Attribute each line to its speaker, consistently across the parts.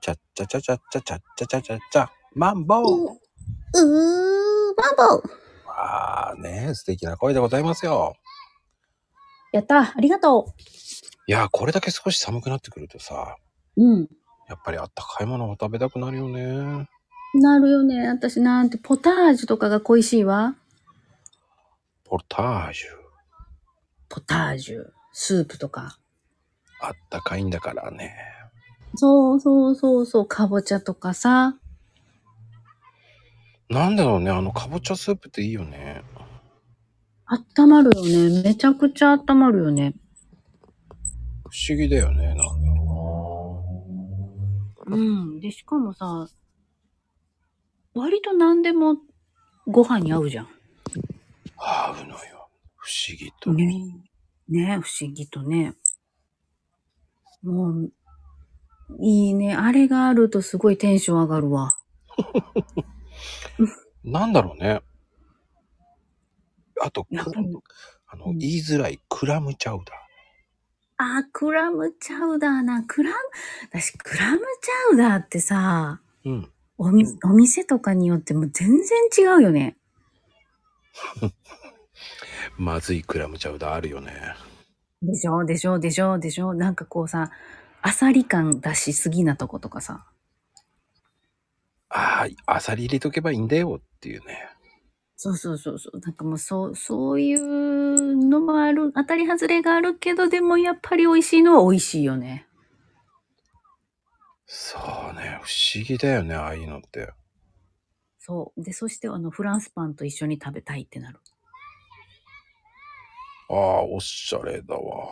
Speaker 1: チャッチャチャチャチャチャチャチャチャチャ。マンボウ
Speaker 2: ううー、マンボウ。
Speaker 1: わあね、素敵な声でございますよ。
Speaker 2: やった、ありがと
Speaker 1: いやー、これだけ少し寒くなってくるとさ、
Speaker 2: う。うん。
Speaker 1: やっぱりあったかいものを食べたくなるよね。
Speaker 2: なるよね。私なんて、ポタージュとかが恋しいわ。
Speaker 1: ポタージュ。
Speaker 2: ポタージュ、スープとか。
Speaker 1: あったかいんだからね。
Speaker 2: そうそうそうそう、かぼちゃとかさ。
Speaker 1: なんだろうね、あの、かぼちゃスープっていいよね。
Speaker 2: 温まるよね。めちゃくちゃ温まるよね。
Speaker 1: 不思議だよね、なんだ
Speaker 2: うん。で、しかもさ、割と何でもご飯に合うじゃん。
Speaker 1: 合うのよ。不思議と。
Speaker 2: ねね不思議とね。もう、いいね。あれがあるとすごいテンション上がるわ。
Speaker 1: なんだろうね。あと、
Speaker 2: やっ
Speaker 1: く
Speaker 2: ぱり
Speaker 1: あの、
Speaker 2: うん
Speaker 1: 言いづらいクラムチャウダー。
Speaker 2: あ、クラムチャウダーな。クラム、私、クラムチャウダーってさ、
Speaker 1: うん。
Speaker 2: おみお店とかによってもう全然違うよね。
Speaker 1: まずいクラムチャウダーあるよね。
Speaker 2: でしょでしょでしょでしょなんかこうさ、アサリ感出しすぎなとことかさ。
Speaker 1: ああ、アサリ入れとけばいいんだよっていうね。
Speaker 2: そうそうそうそう。なんかもうそう、そういうのもある、当たり外れがあるけど、でもやっぱり美味しいのは美味しいよね。
Speaker 1: そうね、不思議だよね、ああいうのって。
Speaker 2: そう。で、そしてあの、フランスパンと一緒に食べたいってなる。
Speaker 1: ああ、おしゃれだわ。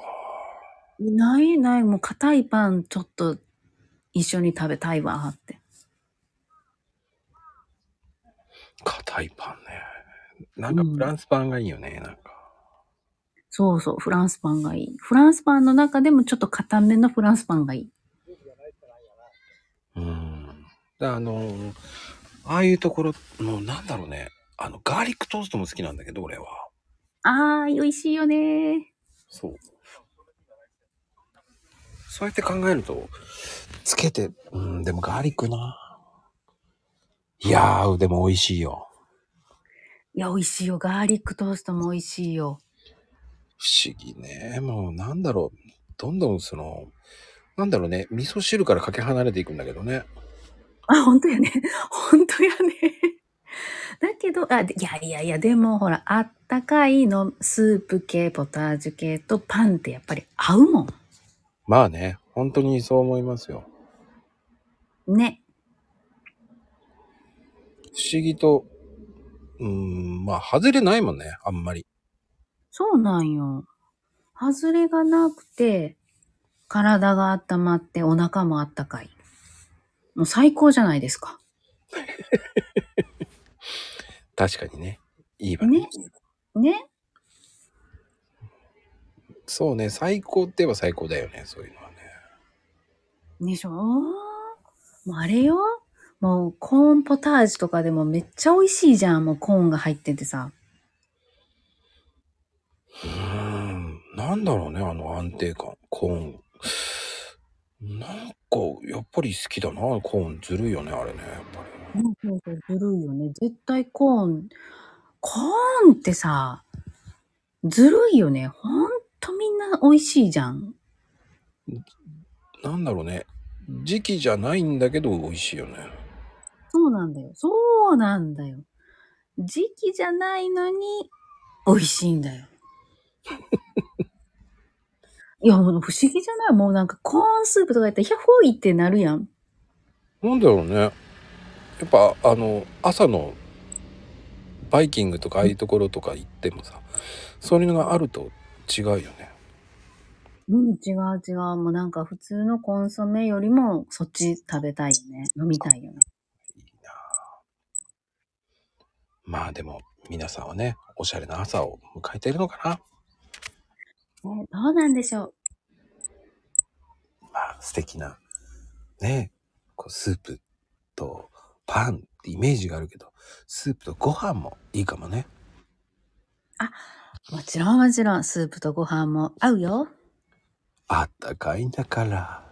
Speaker 2: ないない、もう硬いパンちょっと一緒に食べたいわって。
Speaker 1: 硬いパンね。なんかフランスパンがいいよね、なんか。
Speaker 2: そうそう、フランスパンがいい。フランスパンの中でもちょっと硬めのフランスパンがいい。
Speaker 1: うん。だあの、ああいうところ、もうなんだろうね。あの、ガーリックトーストも好きなんだけど、俺は。
Speaker 2: あー、美味しいよね。
Speaker 1: そう。そうやって考えると、つけて、うん、でもガーリックな。いやー、でも美味しいよ。
Speaker 2: いや、美味しいよ。ガーリックトーストも美味しいよ。
Speaker 1: 不思議ね。もうなんだろう。どんどんその、なんだろうね。味噌汁からかけ離れていくんだけどね。
Speaker 2: あ、本当やね。 本当やね。だけど、あ、でいやいやいや、でもほら、あったかいの、スープ系、ポタージュ系とパンってやっぱり合うも
Speaker 1: まあね、本当にそう思いますよ。
Speaker 2: ん。ね。
Speaker 1: 不思議と、うーん、まあ、外れないもんね。あんまり。
Speaker 2: そうなんよ。外れがなくて、体が温まって、お腹もあったかい。もう最高じゃないですか。
Speaker 1: 確かにね。いいわね。
Speaker 2: ね。ね。
Speaker 1: そうね。最高って言えば最高だよね。そういうのはね。
Speaker 2: でしょもうあれよ。もうコーンポタージュとかでもめっちゃ美味しいじゃん。もうコーンが入っててさ。
Speaker 1: うーん、なんだろうね、あの安定感、コーン。なんか、やっぱり好きだな、コーン。ずるいよね、あれね、やっぱり。
Speaker 2: そうそうそう、ずるいよね。絶対コーン、コーンってさ、ずるいよね。ほんとみんな美味しいじゃん。
Speaker 1: なんだろうね、時期じゃないんだけど、美味しいよね。
Speaker 2: そうなんだよ。そうなんだよ。時期じゃないのに美味しいん だよ。いや、もう不思議じゃないもうなんかコーンスープとかやったら、ヒャッホーイってなるやん。
Speaker 1: なんだろうね、やっぱ、あの、朝の、バイキングとか、ああいうところとか行ってもさ、そういうのがあると違うよね。
Speaker 2: うん、違う違う。もうなんか普通のコンソメよりもそっち食べたいよね。飲みたいよね。
Speaker 1: まあでも、皆さんはね、おしゃれな朝を迎えているのかな。
Speaker 2: ねどうなんでしょう。
Speaker 1: まあ、素敵な、ねえ、こうスープとパンってイメージがあるけど、スープとご飯もいいかもね。
Speaker 2: もちろんもちろん、スープとご飯も合うよ。
Speaker 1: あったかいんだから。